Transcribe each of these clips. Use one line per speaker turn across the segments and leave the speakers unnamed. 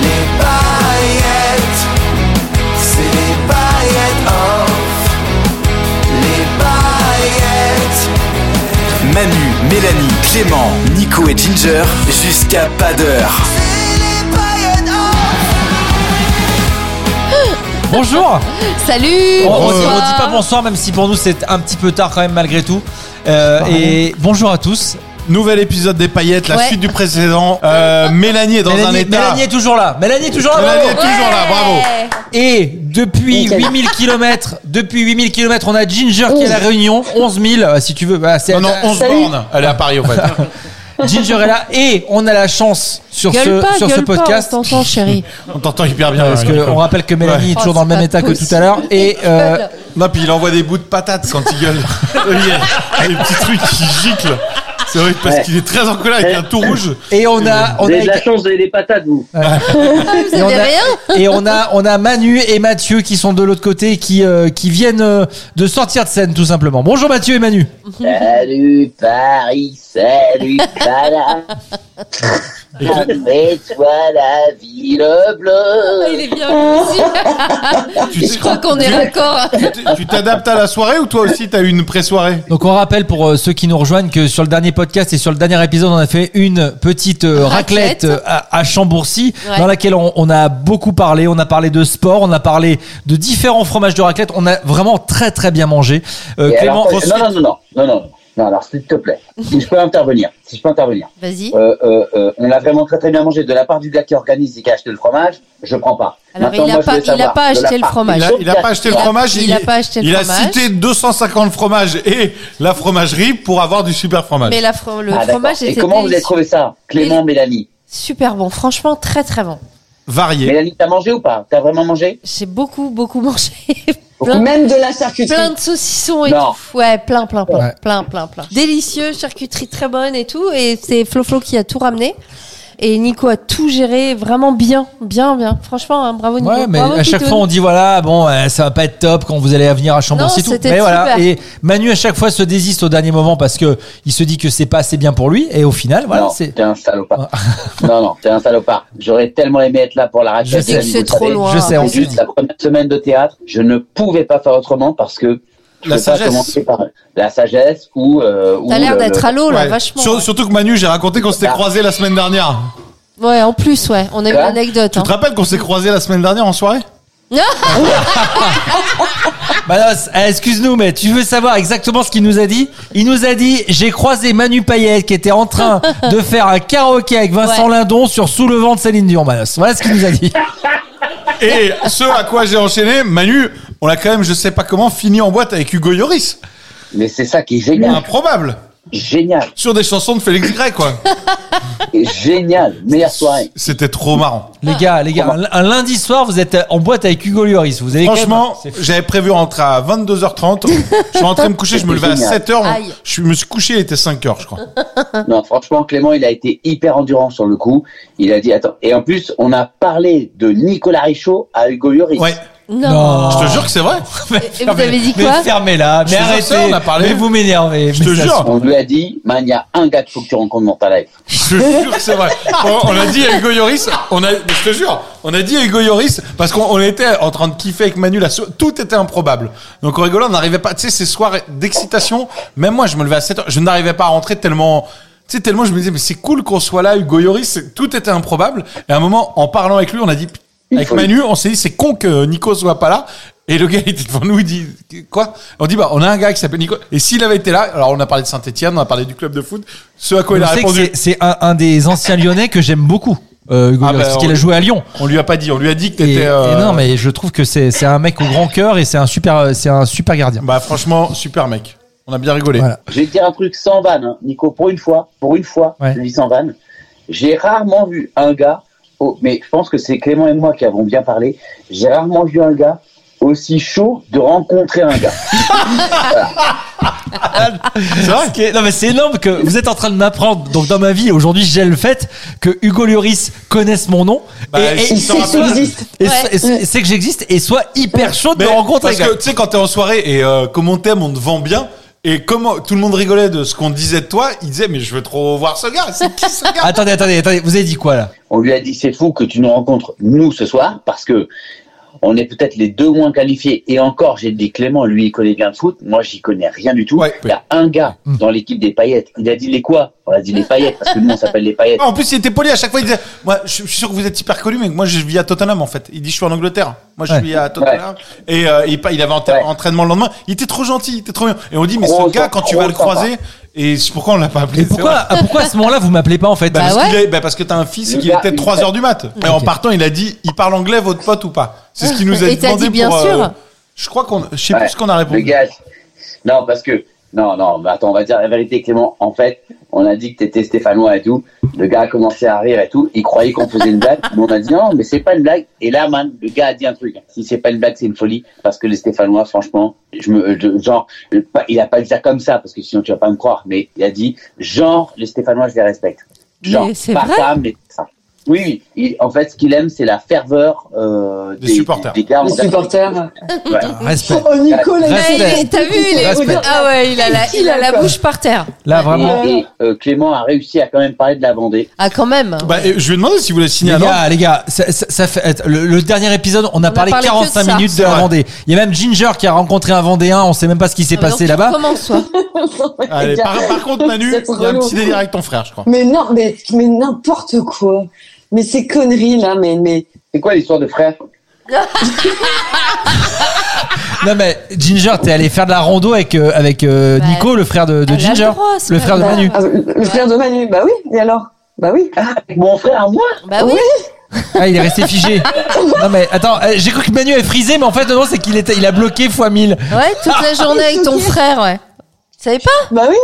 Les paillettes, c'est les paillettes off. Les paillettes. Manu, Mélanie, Clément, Nico et Ginger, jusqu'à pas d'heure. C'est les paillettes off.
Bonjour
Salut
on, on-
bonsoir.
on dit pas Oh, bonsoir même si pour nous c'est un petit peu tard quand même malgré tout. Euh, et bonjour à tous.
Nouvel épisode des paillettes, la
Ouais.
suite du précédent. Euh, Mélanie est dans un
Mélanie,
état.
Mélanie est toujours là. Mélanie est toujours là.
Mélanie
bravo.
est toujours là, bravo.
Ouais.
Et depuis 8000 km, depuis 8000 km, on a Ginger qui est à la Réunion, 11 000 euh, si tu veux. bah, c'est-
Non, non, 11 bornes. Elle est à Paris, en fait.
Ginger est là et on a la chance sur
Gueule
ce
pas,
sur ce
gueule pas,
podcast.
on t'entend, chérie.
On t'entend hyper bien.
parce
hein,
que
Nico.
on rappelle que Mélanie est toujours
Oh,
dans le
c'est
même
pas
état que tout à
possible.
l'heure et euh,
Non, puis il envoie des bouts de patates quand il gueule. il y a des petits trucs qui giclent. C'est horrible parce qu'il est très en colère avec un tout rouge.
et on a on
Vous
a
avez de la chance, vous avez des patates, vous.
Vous
Et on,
avez
a,
rien
et on a on a Manu et Mathieu qui sont de l'autre côté et qui euh, qui viennent euh, de sortir de scène tout simplement. Bonjour Mathieu et Manu.
Salut Paris, salut Paris. Mets-toi la ville
Il
bleue.
est bien
Tu
Je crois qu'on est raccord.
Tu t'adaptes à la soirée ou toi aussi t'as eu une pré-soirée
Donc on rappelle pour euh, ceux qui nous rejoignent que sur le dernier podcast et sur le dernier épisode, on a fait une petite euh, raclette,
Raclette.
euh, à, à Chambourcy
Ouais.
dans laquelle on, on a beaucoup parlé. On a parlé de sport, on a parlé de différents fromages de raclette. On a vraiment très très bien mangé. Euh,
Et
Clément,
alors, euh, non, non, non, non, non, non, non, alors s'il te plaît, si je peux intervenir, si je peux intervenir,
Vas-y.
Euh, euh, euh, on l'a vraiment très très bien mangé de la part du gars qui organise et qui a acheté le fromage, je prends pas.
Alors,
Maintenant,
il a
moi, je
pas-
veux
il a
savoir,
pas
de la
acheté le
part- Ah,
fromage.
il a, il a pas acheté le
Il a-
fromage.
il a pas acheté le
il a
fromage.
cité 250 fromages et la fromagerie pour avoir du super fromage.
Mais la fro- le
Ah, d'accord.
fromage
Et
était
comment vous avez
délicieux.
trouvé ça, Clément, Mélanie
super bon. Franchement, très très bon.
Varié.
Mélanie, t'as mangé ou pas T'as vraiment mangé
J'ai beaucoup beaucoup mangé.
Beaucoup.
plein,
Même de la charcuterie.
plein de saucissons et
Non.
tout. Ouais, plein plein plein,
Ouais.
plein plein plein. Délicieux, charcuterie très bonne et tout. Et c'est Floflo qui a tout ramené. Et Nico a tout géré vraiment bien, bien, bien. Franchement, hein, bravo Nico.
Ouais, mais
Bravo,
à chaque
Pitoun.
fois on dit voilà, bon, euh, ça va pas être top quand vous allez à venir à Chambourcy
Non,
tout.
c'était
Mais voilà,
super.
et Manu à chaque fois se désiste au dernier moment parce que il se dit que c'est pas assez bien pour lui et au final voilà,
non,
c'est Ah.
t'es un salopard. non, non, t'es un salopard. J'aurais tellement aimé être là pour la raclette.
Je sais
que
Mélanie,
c'est
vous le
trop
savez.
loin.
je sais, on
Ouais.
se dit.
Juste la première semaine de théâtre, je ne pouvais pas faire autrement parce que je
La
peux pas
sagesse.
commencer par la sagesse ou. euh, ou
T'as l'air
le-
d'être
le-
à l'eau oh là,
Ouais.
vachement. hein. Bah.
Sur- surtout que Manu, j'ai raconté qu'on s'était
Ah.
croisés la semaine dernière.
Ouais, en plus, ouais. On a eu
Quoi
l'anecdote.
Tu te
Hein.
rappelles qu'on s'est croisés la semaine dernière en soirée
Bah non, c- euh, excuse-nous, mais tu veux savoir exactement ce qu'il nous a dit Il nous a dit j'ai croisé Manu Payet qui était en train de faire un karaoké avec Vincent
Ouais.
Lindon sur Sous le vent de Céline Dion. Manos. Voilà ce qu'il nous a dit.
Et ce à quoi j'ai enchaîné, Manu, on a quand même, je sais pas comment, fini en boîte avec Hugo Yoris.
Mais c'est ça qui est génial.
Improbable.
Génial.
Sur des chansons de Félix Gray, quoi.
Et Génial. Meilleure soirée.
C'était trop marrant.
Les gars, les gars, un, un lundi soir, vous êtes en boîte avec Hugo Lloris. Vous avez quand même-
Franchement,
C'est fou.
j'avais prévu rentrer à 22h30. Je suis rentré me coucher, je me levais à
Génial.
7h.
Aïe.
Je me suis couché, il était 5h, je crois.
Ah.
Non, franchement, Clément, il a été hyper endurant sur le coup. Il a dit, attends. Et en plus, on a parlé de Nicolas Richaud à Hugo Lloris.
Ouais.
Non.
Je te jure que c'est vrai.
Et vous avez dit quoi
mais fermez-la, mais
te jure,
arrêtez,
ça, on a parlé.
mais vous m'énervez.
Je te
mais ça
jure.
On lui a dit, man, il y a un gars qu'il faut que tu rencontres dans ta life.
Je te jure que c'est vrai. On, on a dit à Hugo Yoris, on a, je te jure, on a dit à Hugo Yoris, parce qu'on on était en train de kiffer avec Manu, là, tout était improbable. Donc en rigolant, on n'arrivait pas, tu sais, ces soirs d'excitation, même moi je me levais à 7h, je n'arrivais pas à rentrer tellement... Tu sais, tellement je me disais, mais c'est cool qu'on soit là, Hugo Yoris, c'est- tout était improbable. Et à un moment, en parlant avec lui, on a dit, avec Manu, on s'est dit, c'est con que Nico soit pas là. Et le gars il était devant nous, il dit quoi On dit bah on a un gars qui s'appelle Nico. Et s'il avait été là, alors on a parlé de Saint-Etienne, on a parlé du club de foot. Ce à quoi il
Vous
a
savez que
répondu.
c'est- C'est un, un des anciens Lyonnais que j'aime beaucoup. euh, Hugo
Ah,
Lloris,
bah,
parce qu'il
on-
a joué à Lyon.
On lui a pas dit, on lui a dit que
Et,
t'étais. euh,
et non, mais je trouve que c'est c'est un mec au grand cœur et c'est un super euh, c'est un super gardien.
Bah franchement, super mec. On a bien rigolé.
Voilà.
Je vais te dire un truc sans vanne, hein. Nico, pour une fois, pour une fois,
Ouais.
je dis sans vanne. J'ai rarement vu un gars, oh, mais je pense que c'est Clément et moi qui avons bien parlé, j'ai rarement vu un gars aussi chaud de rencontrer un gars.
Ce qui est- Non mais c'est énorme que vous êtes en train de m'apprendre. Donc dans ma vie aujourd'hui, j'ai le fait que Hugo Lloris connaisse mon nom
Bah,
et,
il sait que
soit-
j'existe.
et
Ouais.
so- et so- c'est que j'existe et soit hyper chaud de
Mais
rencontre.
parce
avec
que tu sais quand t'es en soirée et euh, comme on t'aime, on te vend bien. Et comment tout le monde rigolait de ce qu'on disait de toi, il disait mais je veux trop voir ce gars. C'est qui ce gars
Attendez, attendez, attendez. Vous avez dit quoi là
On lui a dit c'est fou que tu nous rencontres nous ce soir parce que on est peut-être les deux moins qualifiés. Et encore, j'ai dit Clément, lui, il connaît bien le foot. Moi, j'y connais rien du tout.
Ouais,
il y a un gars dans l'équipe des paillettes. Il a dit les quoi On a dit les paillettes parce que nous, on s'appelle les paillettes.
Ah, En plus, il était poli à chaque fois. Il disait Moi, je suis sûr que vous êtes hyper connu, mais moi, je vis à Tottenham en fait. Il dit Je suis en Angleterre. Moi, je
Ouais.
suis à Tottenham. Et euh, il, pa- il avait entra-
Ouais.
entraînement le lendemain. Il était trop gentil, il était trop bien. Et on dit Mais
Trop
ce gars, quand tu vas le
sympa.
croiser, et c'est pourquoi on l'a pas appelé
Et
c'est vrai.
pourquoi, ah, pourquoi à ce moment-là vous m'appelez pas en fait
bah,
Bah
parce
ouais. Ah,
qu'il est- bah, parce que t'as un fils et
Le
qu'il
gars,
était
il
3
fait-
heures du mat. Et en partant, il a dit Il parle anglais, votre pote ou pas C'est ce qu'il nous a
Et t'as
demandé
dit, bien
pour, euh,
sûr.
je crois qu'on. Je sais
Ouais.
plus ce qu'on a
Le
répondu.
gars, non, parce que, non, non, mais attends, on va dire la vérité, Clément. En fait, on a dit que t'étais stéphanois et tout. Le gars a commencé à rire et tout. Il croyait qu'on faisait une blague. Mais on a dit non, mais c'est pas une blague. Et là, man, le gars a dit un truc. Si c'est pas une blague, c'est une folie. Parce que les stéphanois, franchement, je me, je- genre, je- pas- il a pas dit ça comme ça, parce que sinon tu vas pas me croire. Mais il a dit, genre, les stéphanois, je les respecte. Genre,
Mais c'est
pas
vrai
ça, mais ça. Oui, oui. Il- en fait, ce qu'il aime, c'est la ferveur euh,
Des supporters.
des gars.
Les supporters.
Ouais.
Respect.
Oh, Nico, là,
Respect.
il est-
T'as vu, il est-
Respect.
Ah ouais, il a la, il a la bouche par terre.
Là vraiment.
Et, et, euh, Clément a réussi à quand même parler de la Vendée.
Ah, quand même.
Bah, et je lui ai demandé s'il voulait
Les
signer à Nantes.
gars, les gars, ça, ça- ça fait, attends, le, le dernier épisode, on a parlé,
parlé que de
45
ça.
minutes de
C'est
la
vrai.
Vendée. Il y a même Ginger qui a rencontré un Vendéen, on sait même pas ce qui s'est
Ah,
passé là-bas.
Comment soit
Allez, par, par contre, Manu,
C'est
il y a un
relou.
petit délire avec ton frère, je crois.
Mais non, mais, mais n'importe quoi. Mais ces conneries là, mais, mais
C'est quoi l'histoire de frère
Non mais Ginger, t'es allé faire de la rando avec euh, avec euh,
Bah,
Nico, le frère de, de
elle a
Ginger,
le droit, c'est
le
pas
frère de
bah,
Manu.
ah, le frère de Manu, bah oui. Et alors, bah oui.
Avec Ah, mon frère à moi
Bah oui.
Ah, il est resté figé. non mais attends, euh, j'ai cru que Manu est frisé, mais en fait non, c'est qu'il était, il a bloqué x 1000.
Ouais, toute la journée avec ton frère, ouais. Tu savais pas
Bah oui.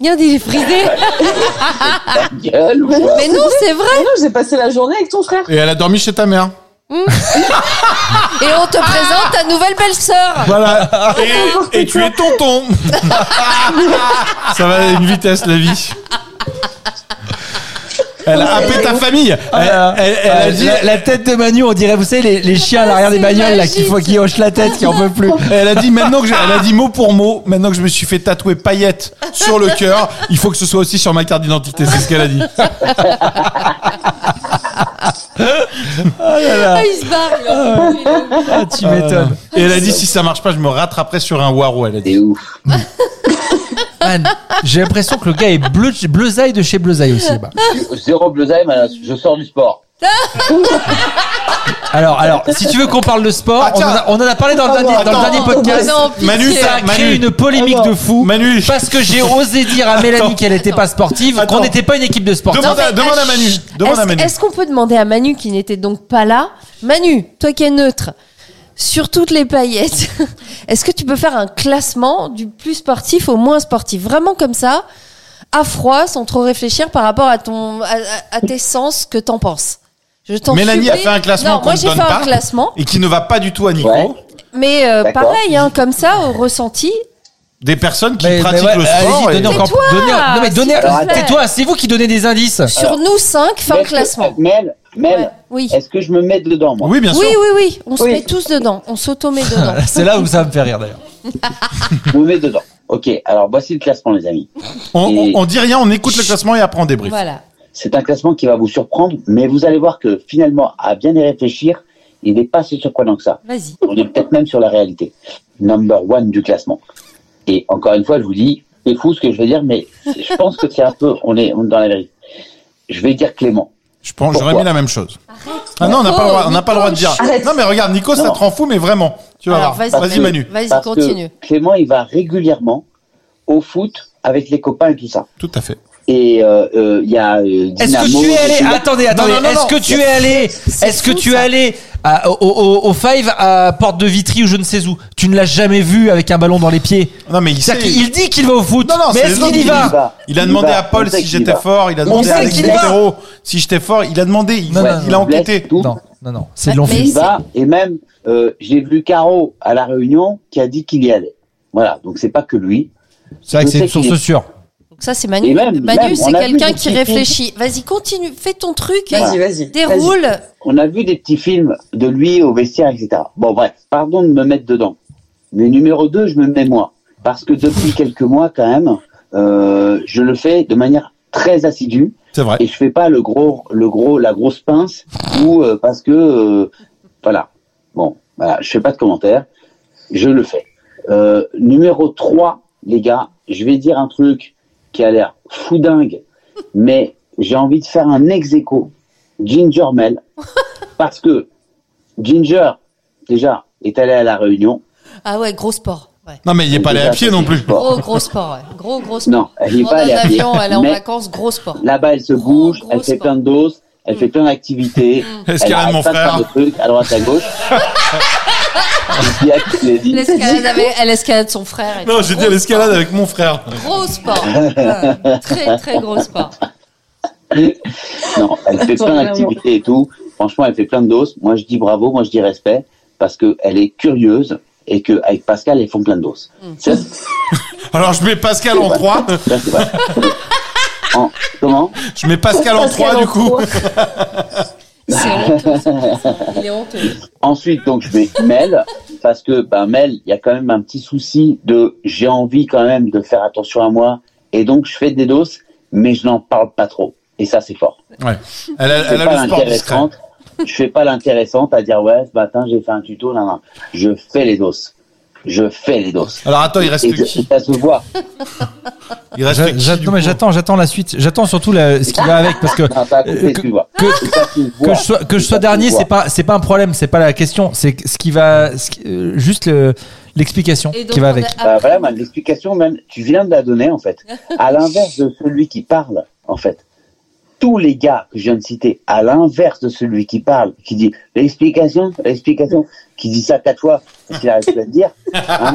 Regarde, il est frisé.
Ta gueule ou quoi
Mais non, c'est vrai.
Ah non, j'ai passé la journée avec ton frère.
Et elle a dormi chez ta mère.
Et on te présente ta nouvelle belle-sœur.
Ah,
Voilà. Et, et tu es tonton. Ça va à une vitesse, la vie. Elle a
Ah,
happé ta famille. Elle, elle- elle
Euh,
a dit.
la, la tête de Manu, on dirait, vous savez, les, les chiens à l'arrière des
C'est
bagnoles là,
magique.
qui, font- qui hochent la tête, qui en veulent plus.
Elle a dit maintenant que je- elle a dit mot pour mot maintenant que je me suis fait tatouer paillettes sur le cœur il faut que ce soit aussi sur ma carte d'identité c'est ce qu'elle a dit
Ah, il se barre. là.
Ah, tu m'étonnes.
et elle a dit si ça marche pas je me rattraperai sur un waro elle a dit
C'est ouf.
Euh, Man, j'ai l'impression que le gars est bleu, bleuzaille de chez bleuzaille aussi. bah.
Zéro bleuzaï, mais je sors du sport.
Alors, alors, si tu veux qu'on parle de sport,
Ah,
on, en
tiens.
a, on en a parlé dans le dernier, dans le dernier podcast.
non, pitié.
Manu
Ça a
Manu,
créé une polémique Ah, de fou.
Manu
Parce que j'ai osé dire à Mélanie
Attends.
qu'elle n'était pas sportive,
Attends.
qu'on n'était pas une équipe de sport.
demande, à, demande à Manu demande à
Est-ce
Manu
est-ce qu'on peut demander à Manu qui n'était donc pas là Manu, toi qui es neutre, sur toutes les paillettes, est-ce que tu peux faire un classement du plus sportif au moins sportif Vraiment comme ça, à froid, sans trop réfléchir par rapport à, ton, à, à- à tes sens, que t'en penses je t'en
Mélanie
supplie.
a fait un classement
Non,
qu'on
moi
ne
j'ai fait
donne pas.
un classement,
et qui ne va pas du tout à Nico
Ouais.
mais euh,
D'accord.
pareil, hein, comme ça, au ressenti.
des personnes qui
Mais- mais
pratiquent
ouais,
le sport
allez-y,
et-
donnez encore-
Tais-toi,
donnez- non, mais
s'il
donnez-
te plaît.
tais-toi, c'est vous qui donnez des indices.
Sur nous cinq, fin
Mais est-ce que-
classement.
Mel, Mel,
Ouais, oui.
est-ce que je me mets dedans, moi
oui bien sûr
Oui, oui, oui, on se
Oui.
met tous dedans, on s'auto-met dedans.
C'est là où ça me fait rire d'ailleurs.
Je me mets dedans. Ok, alors voici le classement, les amis.
On,
Et-
on- on dit rien, on écoute le classement et après on débrief.
Voilà.
C'est un classement qui va vous surprendre, mais vous allez voir que finalement, à bien y réfléchir, il n'est pas si surprenant que ça.
Vas-y.
On est peut-être même sur la réalité. Number one du classement. Et encore une fois, je vous dis, c'est fou ce que je veux dire, mais je pense que c'est un peu, on est, on est dans la vérité. Je vais dire Clément.
Je pense, j'aurais
Pourquoi
mis la même chose. Ah non, on n'a pas le droit, on n'a pas le droit de dire.
Arrête.
Non mais regarde, Nico, ça
Non.
te rend fou, mais vraiment. Tu vas
Alors,
voir.
vas-y.
Vas-y, Manu.
Vas-y,
Parce que
continue.
Clément, il va régulièrement au foot avec les copains et tout ça.
Tout à fait.
et euh, euh, il y a euh,
Est-ce
Dynamo.
que tu es allé
Dynamo-
Attendez, attendez.
non, non,
Est-ce
non.
que tu es allé Est-ce que
fou,
tu es
ça.
allé à- au, au- au Five à Porte de Vitry ou je ne sais où Tu ne l'as jamais vu avec un ballon dans les pieds.
Non, mais il
C'est-à-dire
sait.
qu'il- il dit qu'il va au foot,
Non, non,
mais
c'est
est-ce
les
qu'il y
autres qui
va
va.
Il a
Il
demandé
va.
à Paul
Bah, On sait
si
qu'il
j'étais
va.
fort, il a
On
demandé
sait
à Alex
qu'il va.
Montero si j'étais fort, il a demandé, il,
Non,
il
non,
a
non.
enquêté.
Tout.
Non, non, non, c'est
Bah,
long.
mais-
il va et même euh, j'ai vu Caro à la réunion qui a dit qu'il y allait. Voilà, donc c'est pas que lui.
C'est vrai que
je
c'est une
sais qu'il
source sûre.
Donc ça, c'est Manu.
Et même-
Manu,
même,
c'est
on a vu
quelqu'un
des
qui
petits
réfléchit. Vas-y, continue, fais ton truc,
Vas-y, vas-y.
déroule.
On a vu des petits films de lui au vestiaire, etc. Bon bref, pardon de me mettre dedans. Mais numéro 2, je me mets moi. Parce que depuis quelques mois quand même, euh, je le fais de manière très assidue
C'est vrai.
et je fais pas le gros, le gros, la grosse pince ou euh, parce que euh, voilà. Bon, voilà, je fais pas de commentaires, je le fais. Euh, numéro 3, les gars, je vais dire un truc qui a l'air fou dingue, mais j'ai envie de faire un ex aequo Ginger Mel parce que Ginger déjà est allé à la réunion.
Ah ouais, gros sport. Ouais.
Non, mais il est pas allé à
Déjà,
pied
c'est
non
du
plus.
sport.
Gros, gros sport, ouais. Gros, gros sport.
Non, elle n'y est
On
pas
est
allée
en
à pied.
avion, elle est en
mais-
vacances, gros sport.
Là-bas, elle se bouge,
Gros,
elle
gros sport.
fait
Mm.
plein de doses, elle fait plein d'activités.
Est-ce qu'il y a
arrête
mon
pas de
frère
faire des trucs à droite à gauche. Et puis, elle te les dit.
L'escalade avec- elle escalade son frère. et
Non,
tout.
j'ai dit
Gros
à l'escalade avec mon frère.
sport, Gros sport. Ouais. Très, très gros sport.
Non, elle fait plein
Vraiment.
d'activités et tout. Franchement, elle fait plein de doses. Moi, je dis bravo, moi, je dis respect, parce que elle est curieuse et que avec Pascal, ils font plein de doses.
Mm.
Ça, c'est-
Alors je mets Pascal en 3.
ça, c'est vrai. En- comment
Je mets Pascal en 3 du coup.
C'est honteux. ça. Il est honteux.
Ensuite, donc, je mets Mel, parce que, ben, Mel, il y a quand même un petit souci de j'ai envie quand même de faire attention à moi, et donc, je fais des doses, mais je n'en parle pas trop. Et ça, c'est fort.
Ouais. Elle a,
Je fais
elle a
pas
le sport discret.
l'intéressante. Je fais pas l'intéressante à dire, ouais, ce matin, j'ai fait un tuto, non, non. Je fais les doses. Je fais les doses.
Alors attends, il
Et
reste
je-
qui
ça se voit.
Il reste qui du
J'attends, mais
coup
j'attends, j'attends la suite. J'attends surtout la- ce qui va avec parce que
Non, ça a coupé,
euh, que-
tu vois.
que-
Et ça se
que
voit.
je sois, que je
Et
sois
ça se
dernier,
voit.
c'est pas, c'est pas un problème, c'est pas la question, c'est que- ce qui va, ce qui- euh, juste le- l'explication
Et donc,
qui va
on
avec.
a-
Bah, voilà, ma- l'explication même, tu viens de la donner, en fait. À l'inverse de celui qui parle, en fait. Tous les gars que je viens de citer, à l'inverse de celui qui parle, qui dit l'explication, l'explication, qui dit ça quatre fois, parce qu'il arrête pas de dire. hein.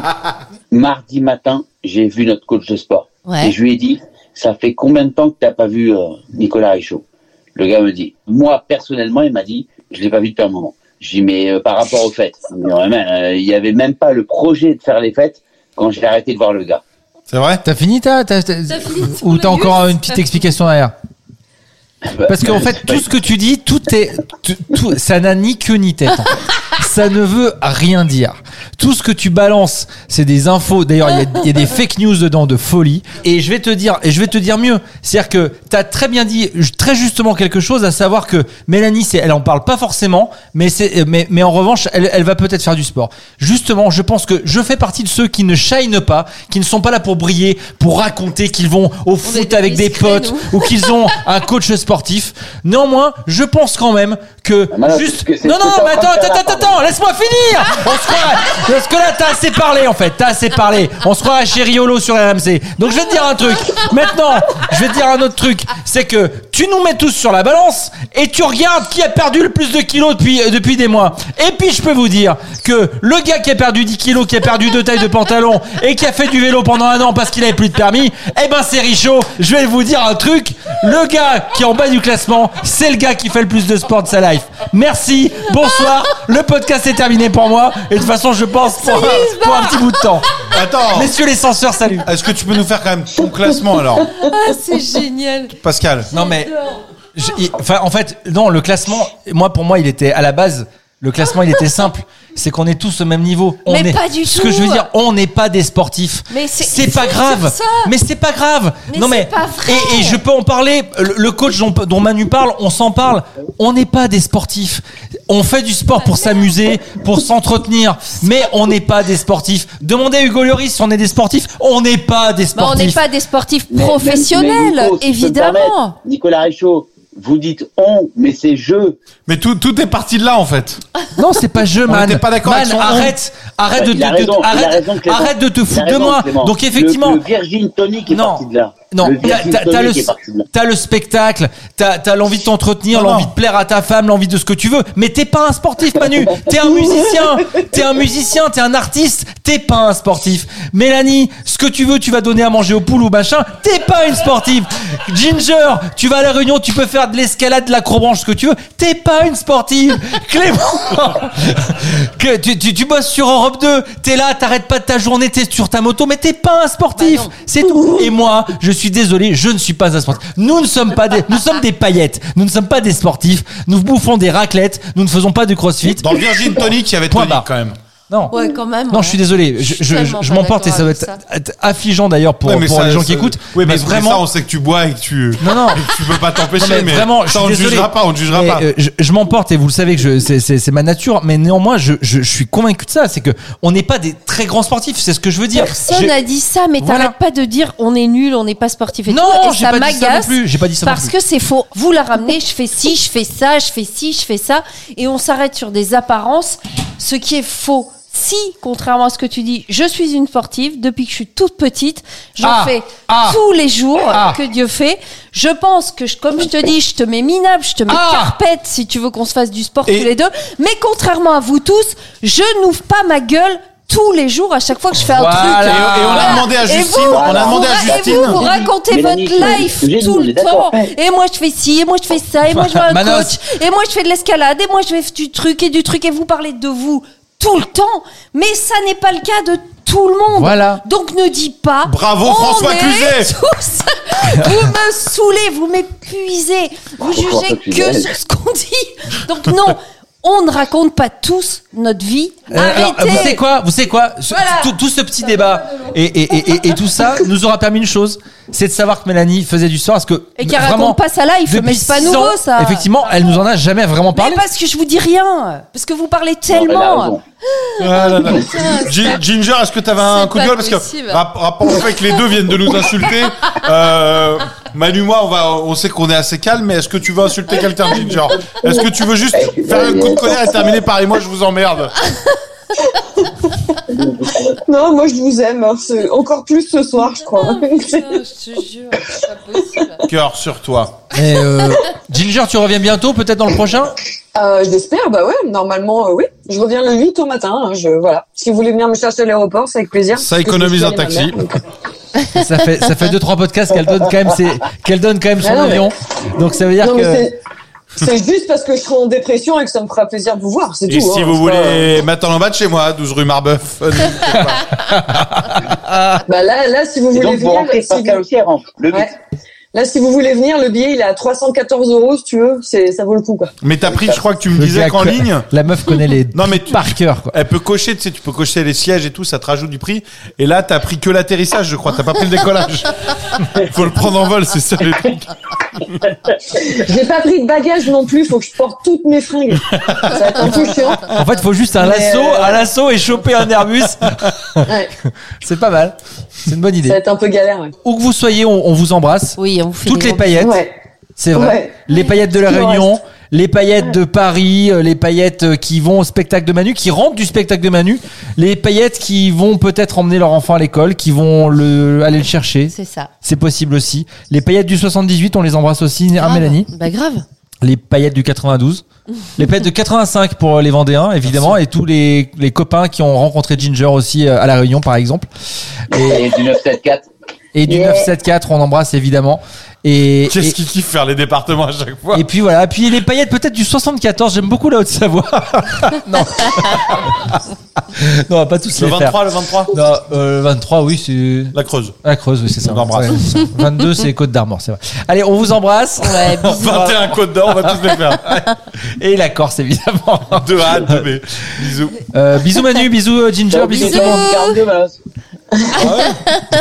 Mardi matin, j'ai vu notre coach de sport.
Ouais.
Et je lui ai dit, ça fait combien de temps que t'as pas vu euh, Nicolas Richaud Le gars me dit, moi personnellement, il m'a dit, je l'ai pas vu depuis un moment. J'ai dit, mais euh, par rapport aux fêtes, il me dit, Ouais, mais, euh, il y avait même pas le projet de faire les fêtes quand j'ai arrêté de voir le gars.
C'est vrai
T'as fini, t'as, t'as- t'as-
T'as fini ton
ou t'as
laïus
encore une petite explication derrière Parce qu'en fait, tout ce que tu dis, tout est, tout, tout- ça n'a ni queue ni tête. en fait. Ça ne veut rien dire. Tout ce que tu balances, c'est des infos. D'ailleurs, il y, a- il y a des fake news dedans de folie. Et je vais te dire, et je vais te dire mieux. C'est-à-dire que t'as très bien dit, ju- très justement quelque chose, à savoir que Mélanie, c'est, elle en parle pas forcément, mais c'est, mais, mais en revanche, elle, elle va peut-être faire du sport. Justement, je pense que je fais partie de ceux qui ne shine pas, qui ne sont pas là pour briller, pour raconter qu'ils vont au
est
foot
des
avec des
discrets,
potes
nous.
ou qu'ils ont un coach sportif. Néanmoins, je pense quand même que
Ah, malade,
juste.
parce que c'est
non,
ce que
non,
t'es en
mais
train de
attends,
faire
attends,
là,
attends,
pardon.
attends, laisse-moi finir. On se croirait. Parce que là, t'as assez parlé en fait. T'as assez parlé. On se croirait à Chériolo sur RMC. Donc je vais te dire un truc. Maintenant, je vais te dire un autre truc. C'est que tu nous mets tous sur la balance et tu regardes qui a perdu le plus de kilos depuis euh, depuis des mois. Et puis je peux vous dire que le gars qui a perdu 10 kilos, qui a perdu deux tailles de pantalon et qui a fait du vélo pendant un an parce qu'il avait plus de permis, eh ben c'est Richaud. Je vais vous dire un truc. Le gars qui est en bas du classement, c'est le gars qui fait le plus de sport de sa life. Merci, bonsoir. Le podcast est terminé pour moi. Et de toute façon, je pense pour, pour un petit bout de temps.
Attends,
Messieurs les censeurs, salut.
est-ce que tu peux nous faire quand même ton classement alors
Ah, c'est génial.
Pascal
Non mais, je- il- enfin en fait, non le classement, moi pour moi il était à la base. Le classement, il était simple, c'est qu'on est tous au même niveau. On
Mais
est,
pas du
ce
tout.
que je veux dire, on n'est pas des sportifs.
Mais c'est-
c'est pas
faut dire
grave.
ça.
Mais c'est pas grave.
Mais
non
c'est
mais,
pas vrai.
Et, et je peux en parler. Le, le coach dont, dont Manu parle, on s'en parle. On n'est pas des sportifs. On fait du sport pour s'amuser, pour s'entretenir. Mais on n'est pas des sportifs. Demandez à Hugo Lloris si on est des sportifs. On n'est pas des
Bah, on n'est
sportifs.
pas des sportifs
Mais- mais
professionnels,
Nico, si je peux me permettre,
évidemment.
Nicolas Richaud, vous dites on, mais c'est je.
Mais tout, tout est parti de là en fait.
Non, c'est pas je, man.
n'était pas d'accord
Man,
avec son
arrête, arrête de,
Il a
te- de-
raison, il a
arrête,
raison, Clément.
arrête de te
Il a
foutre de
raison,
moi.
Clément.
Donc
Le-
effectivement,
Le, Virgin Tonic est
Non.
parti de là.
Non,
Le
t'as-
Virgin
t'as t'as
Tonic
le,
est parti de là.
t'as le spectacle, t'as t'as l'envie de t'entretenir,
Non,
l'envie
non.
de plaire à ta femme, l'envie de ce que tu veux. Mais t'es pas un sportif, Manu. T'es un musicien. T'es un musicien, t'es un artiste. T'es pas un sportif. Mélanie, ce que tu veux, tu vas donner à manger aux poules ou machin. T'es pas une sportive. Ginger, tu vas à la réunion, tu peux faire de l'escalade, de l'acrobranche, ce que tu veux. T'es pas une sportive. Clément, que tu, tu, tu bosses sur Europe 2. T'es là, t'arrêtes pas de ta journée, t'es sur ta moto, mais t'es pas un sportif.
Bah non.
C'est tout. Et moi, je suis désolé, je ne suis pas un sportif. Nous ne sommes pas des, nous sommes des paillettes. Nous ne sommes pas des sportifs. Nous bouffons des raclettes. Nous ne faisons pas du crossfit.
Dans le Virgin Tonic, il y avait
Point
Tonic
barre.
quand même.
Non.
Ouais, quand même. hein.
Non, je suis désolé. Je, je, je,
tellement
je
pas
m'emporte et
d'accord
ça va
avec
être,
ça.
être affligeant d'ailleurs pour,
Ouais, mais
pour
ça-
les gens
ça-
qui écoutent.
Oui,
mais
parce que ça, on
vraiment.
sait que tu bois et que tu.
Non, non.
et que tu peux pas
Non,
t'empêcher,
mais
mais,
vraiment, je suis
ça, on ne
désolé.
jugera pas, on ne jugera
Mais,
pas.
euh, je je m'emporte et vous le savez que je- c'est- c'est c'est ma nature, mais néanmoins, je, je, je suis convaincu de ça. C'est que on n'est pas des très grands sportifs, c'est ce que je veux dire.
Personne
J'ai-
n'a dit ça, mais
Voilà.
t'arrêtes pas de dire on est nul, on n'est pas sportif et
Non,
tout. Et
j'ai
ça
pas dit ça non
m'agace
plus. J'ai pas dit ça non
Parce
plus.
que c'est faux. Vous la ramenez, je fais ci, je fais ça, je fais ci, je fais ça. Et on s'arrête sur des apparences, ce qui est faux. Si, contrairement à ce que tu dis, je suis une sportive depuis que je suis toute petite, j'en
Ah,
fais
ah,
tous les jours
ah.
que Dieu fait. Je pense que, je, comme je te dis, je te mets minable, je te mets
Ah.
carpette si tu veux qu'on se fasse du sport
Et-
tous les deux. Mais contrairement à vous tous, je n'ouvre pas ma gueule tous les jours à chaque fois que je fais un
Voilà.
truc.
Et, et on
Voilà.
a demandé à
Et
Justine,
vous,
on a demandé à
vous-
Justine.
Et vous, vous racontez
Mélanie,
votre
je-
life
j'ai dit,
tout
on est
le temps.
d'accord.
Et moi, je fais ci, et moi, je fais ça, et moi, je vois un
Manos.
coach, et moi, je fais de l'escalade, et moi, je fais du truc, et du truc, et vous parlez de vous tout le temps. Mais ça n'est pas le cas de tout le monde.
Voilà.
Donc ne dis pas.
Bravo,
on
François
est
Cluzet.
tous- vous me saoulez, vous m'épuisez, vous
Bravo,
jugez
François
que
Cluzet.
sur ce qu'on dit. Donc non. On ne raconte pas tous notre vie.
Euh, alors,
Arrêtez.
vous savez quoi Vous savez quoi Ce-
Voilà.
tout, tout ce petit débat et, et, et, et- et tout ça nous aura permis une chose, c'est de savoir que Mélanie faisait du sport, parce que
Et qu'elle
vraiment,
raconte pas sa life,
depuis
mais c'est pas
100,
nouveau ça.
Effectivement, elle nous en a jamais vraiment
Mais
parlé.
parce que je vous dis rien, parce que vous parlez
Non, elle a
tellement.
raison.
Ah là là. Gi- Ginger, est-ce que t'avais un
c'est
coup de
pas
gueule parce
possible.
que rap- rapport au fait que les deux viennent de nous insulter, euh, Manu moi on va, on sait qu'on est assez calme, mais est-ce que tu veux insulter quelqu'un, Ginger Est-ce que tu veux juste
Eh,
faire
bah,
un coup de colère et terminer par et moi je vous emmerde
Non, moi je vous aime. hein. C'est Encore plus ce soir, je crois.
Oh, je te jure, c'est pas possible.
Cœur sur toi.
Et, euh, Ginger, tu reviens bientôt, peut-être dans le prochain
Euh, J'espère, bah ouais, normalement, euh, oui. Je reviens le 8 au matin. hein, je, voilà. Si vous voulez venir me chercher à l'aéroport, c'est avec plaisir.
Ça
parce que
économise
je
un
suis allée
taxi.
ma mère, donc-
Ça fait ça fait deux trois podcasts qu'elle donne quand même ses- qu'elle donne quand même son
Ah non, mais-
avion. Donc ça veut dire
Non, mais
que
c'est- c'est juste parce que je serai en dépression et que ça me fera plaisir de vous voir, c'est tout.
Et si
hein,
vous
c'est
voulez m'attendre en bas de chez moi, 12 rue Marbeuf. euh,
pas- Bah là, là, si vous
Et
voulez
donc, vous
venir,
rentrez
si
par
vous-
carrossière, en le but.
Ouais. Là, si vous voulez venir, le billet il est à 314 euros, si tu veux, c'est ça vaut le coup quoi.
Mais t'as pris, je crois que tu me
Le
disais
gars
qu'en
que-
ligne,
la meuf connaît les
Non, mais tu-
par cœur quoi.
elle peut cocher, tu sais, tu peux cocher les sièges et tout, ça te rajoute du prix. Et là, t'as pris que l'atterrissage, je crois. T'as pas pris le décollage. Faut le prendre en vol, c'est ça le truc.
J'ai pas pris de bagages non plus, faut que je porte toutes mes fringues. Ça va être un peu chiant.
Ah.
En fait, faut juste un
Mais,
lasso,
euh,
un lasso et choper un Airbus.
Ouais,
C'est pas mal. C'est une bonne
ça va
idée.
être un peu galère. Ouais.
Où que vous soyez, on, on vous embrasse.
Oui, on vous fait
Toutes
des
les
gros-
paillettes.
Ouais.
C'est vrai.
Ouais.
Les paillettes de la
Tout le
Réunion,
reste.
les paillettes de Paris, euh, les paillettes euh, qui vont au spectacle de Manu, qui rentrent du spectacle de Manu, les paillettes qui vont peut-être emmener leur enfant à l'école, qui vont le, aller le chercher.
C'est ça.
C'est possible aussi. Les paillettes du 78, on les embrasse aussi, hein,
Grave.
Mélanie.
Bah grave.
Les paillettes du 92. les paillettes de 85 pour euh, les Vendéens, évidemment, et tous les, les copains qui ont rencontré Ginger aussi euh, à La Réunion, par exemple.
Et du 974.
Et du
Yeah.
974, on embrasse évidemment. Et, et-
Qu'est-ce qu'il kiffe faire les départements à chaque fois
Et puis voilà, puis les paillettes peut-être du 74, j'aime beaucoup la Haute-Savoie. non. non, on va pas tous
Le
les faire.
23, le 23
Non, euh, 23, oui, c'est
La Creuse.
la Creuse, oui, c'est ça.
On embrasse.
Ouais, c'est ça. 22, c'est Côte d'Armor, c'est vrai. Allez, on vous embrasse.
Ouais, bisous.
21 Côte d'Or, on va tous les faire.
Et la Corse, évidemment.
2 A, 2 B. Bisous.
Euh, bisous Manu, bisous euh, Ginger,
Ciao,
bisous
bisous,
tout le monde.
42, Manos.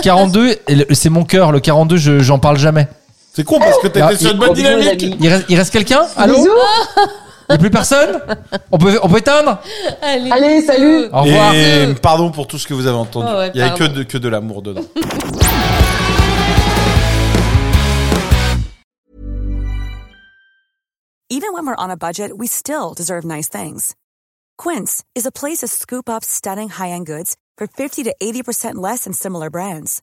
42, et le- c'est mon cœur, le 42, je- j'en parle jamais.
C'est con parce que t'étais
Ah,
sur une
il-
bonne
Bisous, les
dynamique.
amis.
Il reste, il reste quelqu'un Allô
Bisous.
Il n'y a plus personne on peut, on peut éteindre
Allez, salut.
Au revoir.
Et pardon pour tout ce que vous avez entendu.
Oh ouais,
Il y avait que
pardon.
de, que de l'amour dedans.
Even when we're on a budget, we still deserve nice things. Quince is a place to scoop up stunning high end goods for 50 to 80% less than similar brands.